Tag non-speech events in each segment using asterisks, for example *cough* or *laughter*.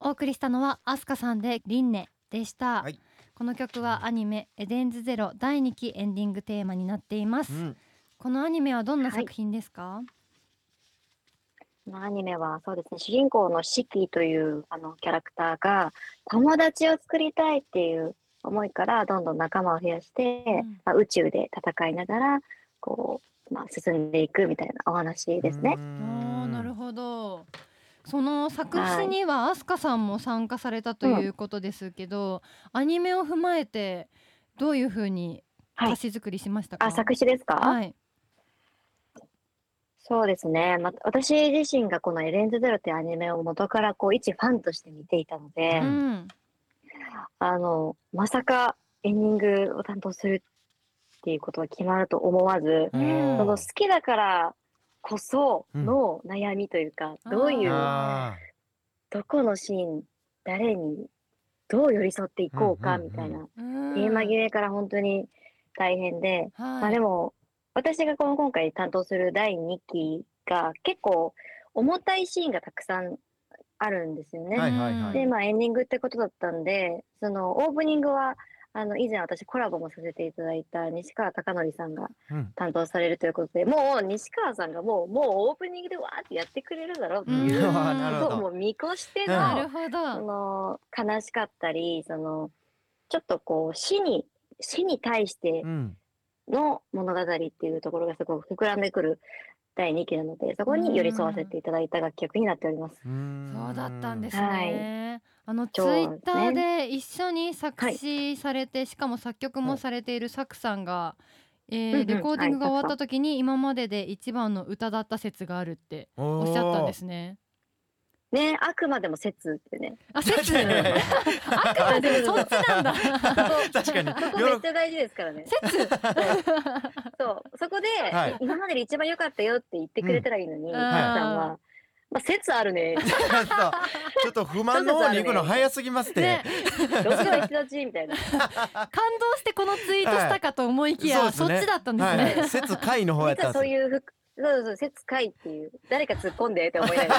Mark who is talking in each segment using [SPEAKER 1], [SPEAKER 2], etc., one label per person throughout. [SPEAKER 1] お送りしたのはアスカさんでリンネでした、
[SPEAKER 2] はい
[SPEAKER 1] この曲はアニメエデンズゼロ第2期エンディングテーマになっています、
[SPEAKER 2] うん、
[SPEAKER 1] このアニメはどんな
[SPEAKER 3] はい
[SPEAKER 1] 作品ですか、
[SPEAKER 3] このアニメはそうですね主人公のシキというあのキャラクターが友達を作りたいっていう思いからどんどん仲間を増やして、
[SPEAKER 1] うん
[SPEAKER 3] まあ、宇宙で戦いながらこう、まあ、進んでいくみたいなお話ですね。
[SPEAKER 1] あ
[SPEAKER 2] あ
[SPEAKER 1] ーなるほどその作詞にはアスカさんも参加されたということですけど、アニメを踏まえてどういう風に
[SPEAKER 3] はい
[SPEAKER 1] 歌詞作りしましたか、
[SPEAKER 3] あ作詞ですか、
[SPEAKER 1] はい
[SPEAKER 3] そうですね、まあ、私自身がこの「エレンズゼロ」っていうアニメを元からこう一ファンとして見ていたので、
[SPEAKER 1] うん
[SPEAKER 3] あのまさかエンディングを担当するっていうことは決まると思わず、
[SPEAKER 1] う
[SPEAKER 2] ほ
[SPEAKER 1] ん
[SPEAKER 3] その好きだからこその悩みというか、
[SPEAKER 1] うん
[SPEAKER 3] どういう
[SPEAKER 2] あ
[SPEAKER 3] どこのシーン誰にどう寄り添っていこうか
[SPEAKER 2] うんうんう
[SPEAKER 3] み
[SPEAKER 2] ん
[SPEAKER 3] たいな、
[SPEAKER 1] うん
[SPEAKER 3] テーマ切れから本当に大変で、ま
[SPEAKER 1] は
[SPEAKER 3] あ
[SPEAKER 1] い
[SPEAKER 3] でも私がこの今回担当する第2期が結構重たいシーンがたくさんあるんですよね。
[SPEAKER 2] はいはいはい
[SPEAKER 3] でまあエンディングってことだったんでそのオープニングはあの以前私コラボもさせていただいた西川貴教さんが
[SPEAKER 2] ーうん
[SPEAKER 3] 担当されるということでもう西川さんがもうもうオープニングでわーってやってくれるだろうって
[SPEAKER 2] うん
[SPEAKER 3] いううん
[SPEAKER 2] あーなる
[SPEAKER 3] こ
[SPEAKER 2] ほ
[SPEAKER 3] とをも
[SPEAKER 2] ど
[SPEAKER 3] う見越して
[SPEAKER 2] うん
[SPEAKER 3] の
[SPEAKER 1] なるほ
[SPEAKER 3] そ
[SPEAKER 1] ど
[SPEAKER 3] の悲しかったりそのちょっとこう死に死に対して
[SPEAKER 2] うん
[SPEAKER 3] の物語っていうところがすごく膨らんでくる第2期なのでそこに寄り添わせていただいた楽曲になっております。
[SPEAKER 2] うん
[SPEAKER 1] そうだったんです
[SPEAKER 3] はい
[SPEAKER 1] ね。あのツイ
[SPEAKER 3] そうですね
[SPEAKER 1] ッターで一緒に作詞されて、しかも作曲もされているサクさんが、えー
[SPEAKER 3] うんうん
[SPEAKER 1] レコーディングが
[SPEAKER 3] はい
[SPEAKER 1] 終わった時に今までで一番の歌だった説があるって
[SPEAKER 2] お
[SPEAKER 1] おっしゃったんですすね。
[SPEAKER 3] ねあくまでも説ってね。 *laughs*
[SPEAKER 1] あ説
[SPEAKER 2] いやいやいや
[SPEAKER 1] あくまでもそっちなんだ。
[SPEAKER 2] *laughs* 確かに
[SPEAKER 3] そこめっちゃ大事ですからね。
[SPEAKER 1] 説
[SPEAKER 3] *laughs* そうそこで、
[SPEAKER 2] はい
[SPEAKER 3] 今までで一番良かったよって言ってくれたらいいのに、
[SPEAKER 1] ん
[SPEAKER 3] サクさんは、まあ、説あるね。
[SPEAKER 2] ちょっと不満の方に行くの早すぎますって、
[SPEAKER 1] ね
[SPEAKER 3] どっちが一立ちみたいな。
[SPEAKER 1] 感動してこのツイートしたかと思いきや、
[SPEAKER 2] はいそ
[SPEAKER 1] そう
[SPEAKER 2] で
[SPEAKER 1] っ
[SPEAKER 2] すね
[SPEAKER 1] ちだったんですね。
[SPEAKER 2] はい、節回の方やっ
[SPEAKER 3] 実
[SPEAKER 2] た
[SPEAKER 3] は
[SPEAKER 2] んです
[SPEAKER 3] そう
[SPEAKER 2] ね
[SPEAKER 3] いうふそうそうそう説かいっていう誰か突っ込んでって思いなが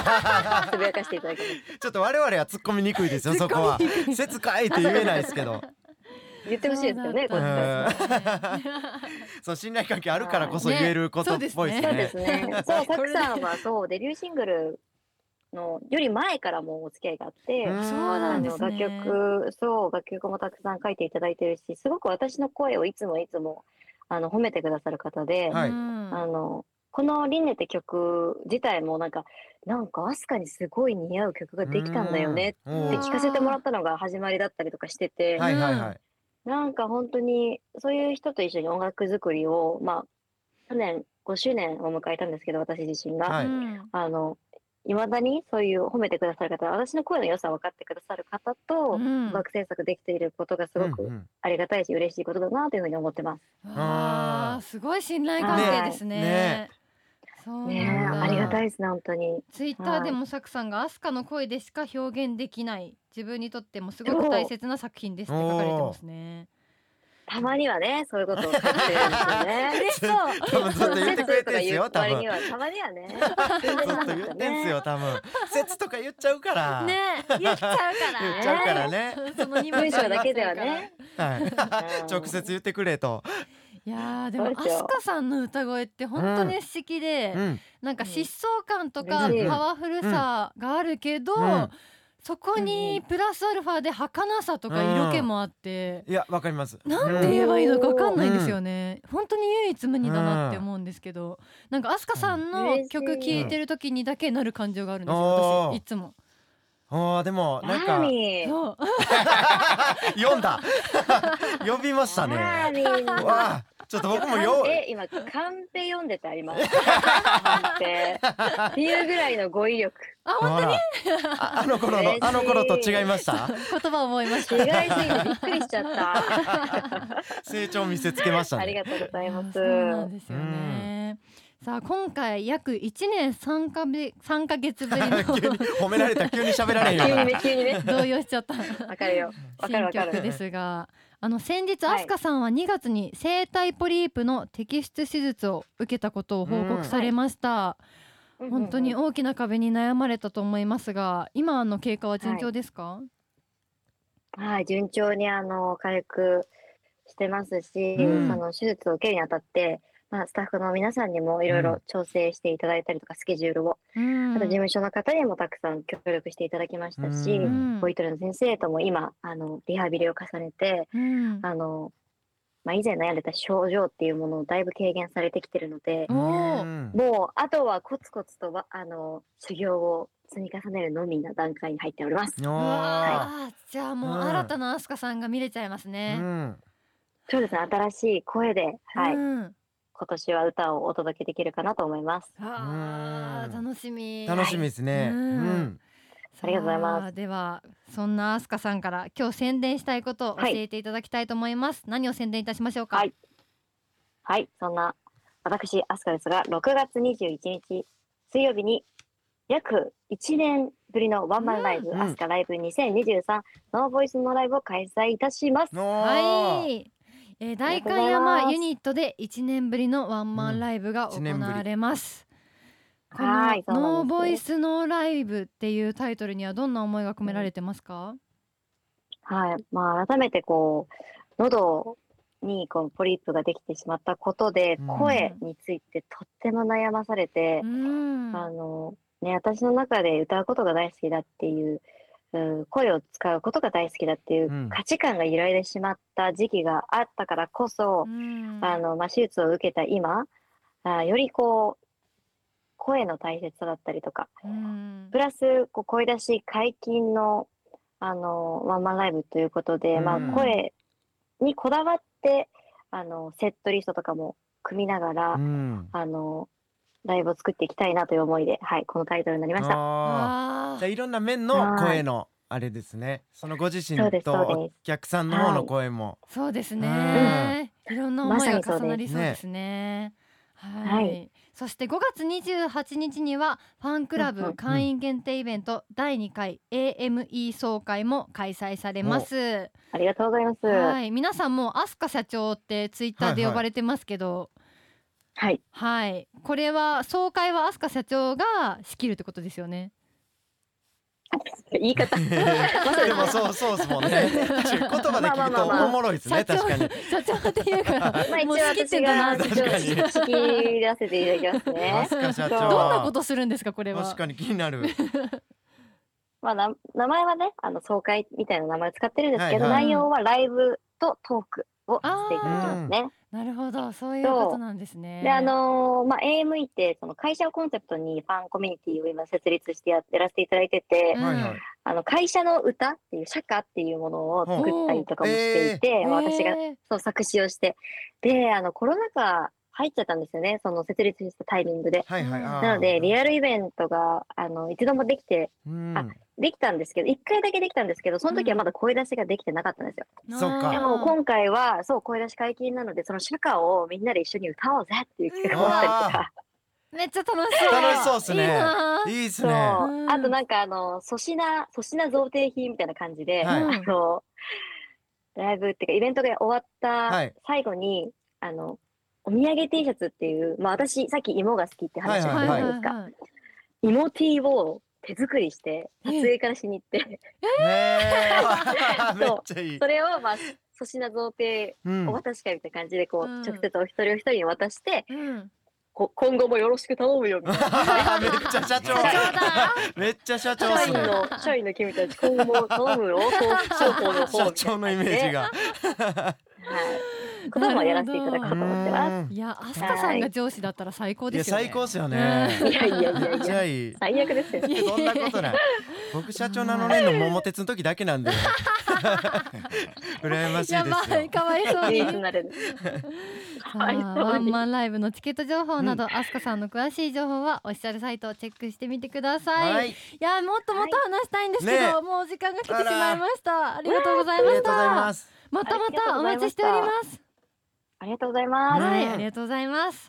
[SPEAKER 3] らつぶやかしていただきま
[SPEAKER 2] ちょっと我々は突っ込みにくいですよそこは
[SPEAKER 1] ツッコミにくい
[SPEAKER 2] 節回って言えないですけど
[SPEAKER 3] す。言ってほしいですよねこ
[SPEAKER 1] そうう
[SPEAKER 3] いう
[SPEAKER 2] だ
[SPEAKER 3] 人
[SPEAKER 2] っ
[SPEAKER 3] は
[SPEAKER 2] たそう信頼関係あるからこそ言えることっぽいですね
[SPEAKER 3] そうですね。そうサ
[SPEAKER 1] こ
[SPEAKER 3] ク
[SPEAKER 1] れね
[SPEAKER 3] さんはそうデビューシングルのより前からもうお付き合いがあって。
[SPEAKER 2] うん
[SPEAKER 1] そうなんですね。
[SPEAKER 3] 楽曲そう楽曲もたくさん書いていただいてるしすごく私の声をいつもいつもあの褒めてくださる方で、
[SPEAKER 2] はい
[SPEAKER 1] うん
[SPEAKER 3] あのこの「リンネ」って曲自体もなんかなんかアスカにすごい似合う曲ができたんだよね
[SPEAKER 2] うん
[SPEAKER 3] って
[SPEAKER 2] おー
[SPEAKER 3] 聞かせてもらったのが始まりだったりとかしてて、
[SPEAKER 2] はいはいはい
[SPEAKER 3] なんか本当にそういう人と一緒に音楽作りをまあ去年5周年を迎えたんですけど私自身が。
[SPEAKER 2] はい
[SPEAKER 1] うん
[SPEAKER 3] あの、いまだにそういう褒めてくださる方、私の声の良さを分かってくださる方と、
[SPEAKER 1] うん
[SPEAKER 3] 学生作できていることがすご
[SPEAKER 2] うんう
[SPEAKER 3] く
[SPEAKER 2] ん
[SPEAKER 3] ありがたいし、嬉しいことだなというふうに思ってます。
[SPEAKER 1] わ
[SPEAKER 2] あ
[SPEAKER 1] あ
[SPEAKER 2] ー
[SPEAKER 1] すごい信頼関係ですね。
[SPEAKER 2] ねね
[SPEAKER 1] そう
[SPEAKER 3] ねえ、
[SPEAKER 1] なんだ
[SPEAKER 3] ありがたいですね、本当に。
[SPEAKER 1] ツイッターでもサクさんが「アスカの声でしか表現できない自分にとってもすごく大切な作品です」って書かれてますね。
[SPEAKER 3] たまにはね、そういうことを書いてるんで
[SPEAKER 2] *laughs*
[SPEAKER 3] すよね。
[SPEAKER 1] 嬉しそう。
[SPEAKER 2] 多分ずっと言って
[SPEAKER 3] *laughs*
[SPEAKER 2] くれてんすよ
[SPEAKER 3] と
[SPEAKER 2] 多
[SPEAKER 3] か言
[SPEAKER 2] 分
[SPEAKER 3] う割には、たまにはね。
[SPEAKER 2] *laughs* ずっと言ってんすよ多分節とか言っちゃうから、
[SPEAKER 1] ねえ言っちゃうから。
[SPEAKER 2] 言っちゃうからね、
[SPEAKER 1] その二
[SPEAKER 3] 文章だけではね。
[SPEAKER 2] はい、
[SPEAKER 3] うん
[SPEAKER 2] 直接言ってくれと、
[SPEAKER 1] いやーでも
[SPEAKER 3] そう
[SPEAKER 1] ア
[SPEAKER 3] です
[SPEAKER 1] ス
[SPEAKER 3] よ
[SPEAKER 1] カさんの歌声って本当に不思議で、
[SPEAKER 2] うん、
[SPEAKER 1] なんか疾走感とか
[SPEAKER 3] うん嬉しい
[SPEAKER 1] パワフルさがあるけど、
[SPEAKER 2] うん
[SPEAKER 1] そこにプラスアルファで儚さとか色気もあって、
[SPEAKER 2] いやわかります
[SPEAKER 1] なんて言えばいいのかわかんないんですよね、本当に唯一無二だなって思うんですけど、なんかアスカさんの曲聴いてる時にだけなる感情があるんですよ、
[SPEAKER 2] うん
[SPEAKER 1] 私いつも
[SPEAKER 2] ああでもなんか
[SPEAKER 3] 何
[SPEAKER 1] そう
[SPEAKER 2] 読んだ呼びましたねわ
[SPEAKER 3] 何
[SPEAKER 2] あちょっと僕もよ
[SPEAKER 3] え、今、カンペ読んでてあります。カンペ。っていうぐらいの語彙力。
[SPEAKER 1] あ本
[SPEAKER 2] あらああの頃の
[SPEAKER 3] 嬉しい
[SPEAKER 2] あの頃と違いました
[SPEAKER 1] 言葉覚えまし
[SPEAKER 3] 違
[SPEAKER 1] た
[SPEAKER 3] いすぎてびっくりしちゃった。
[SPEAKER 2] 成長見せつけました
[SPEAKER 3] あり
[SPEAKER 2] ね
[SPEAKER 3] がとうございます
[SPEAKER 1] そう。なんですよね、さあ今回約1年3かべ3ヶ月ぶり
[SPEAKER 2] 急に
[SPEAKER 1] の
[SPEAKER 2] 褒められた急に喋られへんように
[SPEAKER 3] 急
[SPEAKER 2] な
[SPEAKER 3] に
[SPEAKER 2] る
[SPEAKER 3] ね、急にね。
[SPEAKER 1] *laughs* 動揺しちゃった
[SPEAKER 3] わかるよ。わかるわ
[SPEAKER 1] 新
[SPEAKER 3] か
[SPEAKER 1] 曲
[SPEAKER 3] る。
[SPEAKER 1] ですがあの先日
[SPEAKER 3] は
[SPEAKER 1] ア
[SPEAKER 3] い
[SPEAKER 1] スカさんは2月に声帯ポリープの摘出手術を受けたことを報告されました、本当に
[SPEAKER 3] うんうんうん
[SPEAKER 1] 大きな壁に悩まれたと思いますが今の経過は順調ですか、
[SPEAKER 3] はい、順調にあの回復してますし、
[SPEAKER 2] うん
[SPEAKER 3] その手術を受けるにあたって、まあ、スタッフの皆さんにもいろいうろ
[SPEAKER 2] ん
[SPEAKER 3] 調整していただいたりとか、スケジュールを、
[SPEAKER 1] うん
[SPEAKER 3] あと事務所の方にもたくさん協力していただきましたし、
[SPEAKER 2] う
[SPEAKER 1] うん
[SPEAKER 3] ボイトレの先生とも今あのリハビリを重ねて
[SPEAKER 1] うん
[SPEAKER 3] あの、まあ、以前悩んでた症状っていうものをだいぶ軽減されてきてるので、
[SPEAKER 1] おー
[SPEAKER 2] うん
[SPEAKER 3] もうあとはコツコツとわあの修行を積み重ねるのみな段階に入っております。
[SPEAKER 1] う
[SPEAKER 2] あ
[SPEAKER 1] わーじゃあもう
[SPEAKER 2] うん
[SPEAKER 1] 新たな飛鳥さんが見れちゃいます
[SPEAKER 2] ーう
[SPEAKER 1] ね。
[SPEAKER 2] ん
[SPEAKER 3] そうですね新しい声で、はい
[SPEAKER 1] うん
[SPEAKER 3] 今年は歌をお届けできるかなと思います。
[SPEAKER 1] あー
[SPEAKER 2] うん
[SPEAKER 1] 楽しみ。
[SPEAKER 2] 楽しみですね。
[SPEAKER 1] う
[SPEAKER 2] うんん。
[SPEAKER 1] さ
[SPEAKER 3] ありがとうございます
[SPEAKER 1] ではそんな飛鳥さんから今日宣伝したいことを教
[SPEAKER 3] はい
[SPEAKER 1] えていただきたいと思います。何を宣伝いたしましょうか。
[SPEAKER 3] はいはい、そんな私、アスカですが、6月21日水曜日に約1年ぶりのワンマンライブ、
[SPEAKER 2] うん
[SPEAKER 3] アスカライブ2023ノーボイスのライブを開催いたしま
[SPEAKER 2] お
[SPEAKER 3] す。
[SPEAKER 1] は
[SPEAKER 2] ー。
[SPEAKER 1] い。えー、
[SPEAKER 3] あ
[SPEAKER 1] 大
[SPEAKER 3] りがとうご
[SPEAKER 1] 観
[SPEAKER 3] ざいます
[SPEAKER 1] 山ユニットで1年ぶりのワンマンライブが行われます。
[SPEAKER 3] うん
[SPEAKER 1] こ
[SPEAKER 3] はいそう
[SPEAKER 1] の
[SPEAKER 3] な
[SPEAKER 1] ノ
[SPEAKER 3] んです
[SPEAKER 1] ーボイスノーライブっていうタイトルにはどんな思いが込められてますか？
[SPEAKER 3] はい、まあ改めてこう喉にこうポリープができてしまったことで、
[SPEAKER 2] うん
[SPEAKER 3] 声についてとっても悩まされて
[SPEAKER 1] う、ん。
[SPEAKER 3] あのね私の中で歌うことが大好きだっていう。うん声を使うことが大好きだってい
[SPEAKER 2] うん
[SPEAKER 3] う価値観が揺らいでしまった時期があったからこそ、
[SPEAKER 1] うん
[SPEAKER 3] あのまあ、手術を受けた今あよりこう声の大切さだったりとか
[SPEAKER 1] うん
[SPEAKER 3] プラスこう声出し解禁のあのワンマンライブということで、まあ、
[SPEAKER 2] うん
[SPEAKER 3] 声にこだわってあのセットリストとかも組みながら、
[SPEAKER 2] うん。
[SPEAKER 3] あのライブを作っていきたいなという思いで、はい、このタイトルになりました。
[SPEAKER 2] あ
[SPEAKER 1] あ
[SPEAKER 2] ーじゃあ
[SPEAKER 1] ー
[SPEAKER 2] いろんな面の声のあれですね。そのご自身
[SPEAKER 3] そうです
[SPEAKER 2] と
[SPEAKER 3] そう
[SPEAKER 2] お
[SPEAKER 3] です
[SPEAKER 2] 客さんの方の声も。
[SPEAKER 1] そうですね。いろんな思いが重なりそうですね。は
[SPEAKER 3] はい
[SPEAKER 1] い。そして5月28日にはファンクラ
[SPEAKER 3] うんう
[SPEAKER 1] ブ
[SPEAKER 3] ん
[SPEAKER 1] 会員限定イベント第2回 AME 総会も開催されます。
[SPEAKER 3] ありがとうございます。は、
[SPEAKER 1] はいい。皆さんもうアスカ社長ってツイッターで呼ばれてますけど、はい。これは総会はアスカ社長が仕切るってことですよね。
[SPEAKER 3] 言い方 *laughs* まさ
[SPEAKER 2] で
[SPEAKER 3] に
[SPEAKER 2] もそうそうですもんね。確かに言葉で聞くとおもろいです
[SPEAKER 1] 社
[SPEAKER 2] ね。
[SPEAKER 1] 長
[SPEAKER 2] 確かに。
[SPEAKER 1] *laughs* 社長っていう
[SPEAKER 2] *laughs*
[SPEAKER 1] から
[SPEAKER 3] まあ、一
[SPEAKER 1] も
[SPEAKER 3] 応
[SPEAKER 1] う仕切っ
[SPEAKER 3] 私
[SPEAKER 1] てんだ
[SPEAKER 3] が
[SPEAKER 1] なって
[SPEAKER 2] 確
[SPEAKER 3] 一
[SPEAKER 2] か
[SPEAKER 3] 応
[SPEAKER 2] に
[SPEAKER 3] 仕切らせていただきます
[SPEAKER 2] ア
[SPEAKER 3] ね
[SPEAKER 2] ス。カ社長。
[SPEAKER 3] ど
[SPEAKER 1] どんなことするんですかこれは。
[SPEAKER 2] 確かに気になる。
[SPEAKER 3] まあ、な名前はねあの総会みたいな名前を使ってるんですけど、
[SPEAKER 2] は
[SPEAKER 1] は
[SPEAKER 2] い
[SPEAKER 1] い
[SPEAKER 3] 内容はライブとトークをしていただきますね。
[SPEAKER 1] なるほどそういうことなんですね。
[SPEAKER 3] であのーまあ、AME ってその会社をコンセプトにファンコミュニティを今設立してややらせていただいてて、
[SPEAKER 1] うん
[SPEAKER 2] はいはい。
[SPEAKER 3] あの会社の歌っていう社歌っていうものを作ったりとかもしていて、まあ私が
[SPEAKER 1] えー
[SPEAKER 3] そう作詞をしてであのコロナ禍入っちゃったんですよねその設立したタイミングで。
[SPEAKER 2] はいはい。あー
[SPEAKER 3] なのでリアルイベントがあの一度もできて
[SPEAKER 2] うん
[SPEAKER 3] あできたんですけど1回だけできたんですけどその時はまだ声出しができてなかったんですよ。
[SPEAKER 2] そっか
[SPEAKER 3] でも今回はそう声出し解禁なのでその社歌をみんなで一緒に歌おうぜっていう企画もあったりとか
[SPEAKER 1] めっちゃ楽しそう。
[SPEAKER 2] 楽しそうっすね
[SPEAKER 1] いいない
[SPEAKER 2] いです
[SPEAKER 3] そう、
[SPEAKER 2] ね。
[SPEAKER 1] うん
[SPEAKER 3] あとなんかあの粗品粗品贈呈品みたいな感じで、
[SPEAKER 2] はい
[SPEAKER 1] うん
[SPEAKER 3] あのライブっていうかイベントが終わ
[SPEAKER 2] は
[SPEAKER 3] っ
[SPEAKER 2] い
[SPEAKER 3] た最後に、あのお土産 T シャツっていう、まあ、私さっき芋が好きって話をした
[SPEAKER 2] は
[SPEAKER 3] じ
[SPEAKER 2] い
[SPEAKER 3] ゃ
[SPEAKER 2] は
[SPEAKER 3] ないいですか芋 T を手作りして撮影からしに行って
[SPEAKER 2] ねえめっちゃいい。
[SPEAKER 3] *laughs* それをまあ粗品贈呈
[SPEAKER 2] うん
[SPEAKER 3] お渡し会みたいな感じでこう、
[SPEAKER 1] うん
[SPEAKER 3] 直接お一人お一人に渡して、
[SPEAKER 1] うん
[SPEAKER 3] こ今後もよろしく頼むよみたいな
[SPEAKER 2] めっちゃ社
[SPEAKER 1] 社長
[SPEAKER 2] 長 *laughs*
[SPEAKER 1] だ。
[SPEAKER 2] めっちゃ社長っ
[SPEAKER 3] 社
[SPEAKER 2] す
[SPEAKER 3] 員
[SPEAKER 2] ね。
[SPEAKER 3] の社員の君たち今後も頼むよ商法の方
[SPEAKER 2] 社
[SPEAKER 3] みた
[SPEAKER 2] 長の
[SPEAKER 3] いな感
[SPEAKER 2] イ
[SPEAKER 3] じで
[SPEAKER 2] メージが。
[SPEAKER 3] はい、こともやらせていただこうと思ってま
[SPEAKER 1] いやアスカさんが上司だったら最高
[SPEAKER 2] い
[SPEAKER 1] で
[SPEAKER 2] や
[SPEAKER 1] すよね。
[SPEAKER 2] 最高っすよ
[SPEAKER 3] すい
[SPEAKER 2] ね。
[SPEAKER 3] やいやいや
[SPEAKER 2] めっ
[SPEAKER 3] い
[SPEAKER 2] ち
[SPEAKER 3] や
[SPEAKER 2] ゃいい。
[SPEAKER 3] 最悪ですよ
[SPEAKER 1] いや
[SPEAKER 2] そんなことない。僕社長名乗れんの桃鉄の時だけな
[SPEAKER 1] *laughs*
[SPEAKER 2] んで。羨ましい
[SPEAKER 1] や
[SPEAKER 2] です
[SPEAKER 1] ばい
[SPEAKER 2] *laughs* よ。
[SPEAKER 1] かわいそう
[SPEAKER 3] 唯
[SPEAKER 1] に
[SPEAKER 3] 一。なれる
[SPEAKER 1] さ
[SPEAKER 3] わいそう
[SPEAKER 1] あ
[SPEAKER 3] に
[SPEAKER 1] ワンマンライブのチケット情報など、アスカさんの詳しい情報はオフィシャルサイトをチェックしてみてください。、
[SPEAKER 2] はいい。
[SPEAKER 1] やもっともっと話したいんですけど、
[SPEAKER 2] はいね
[SPEAKER 1] もう時間が来てし
[SPEAKER 2] あら
[SPEAKER 1] まいました。ありがとうござ
[SPEAKER 2] あ
[SPEAKER 1] い
[SPEAKER 2] り
[SPEAKER 1] ま
[SPEAKER 2] がと
[SPEAKER 1] し
[SPEAKER 2] うござい
[SPEAKER 1] た
[SPEAKER 2] ま。す。
[SPEAKER 1] またま
[SPEAKER 3] ありがと
[SPEAKER 1] たお
[SPEAKER 3] うござい
[SPEAKER 1] 待
[SPEAKER 3] ま
[SPEAKER 1] ち
[SPEAKER 3] し
[SPEAKER 1] したております。
[SPEAKER 3] ありがとうございます
[SPEAKER 1] はい、
[SPEAKER 2] うん
[SPEAKER 1] ありがとうございます。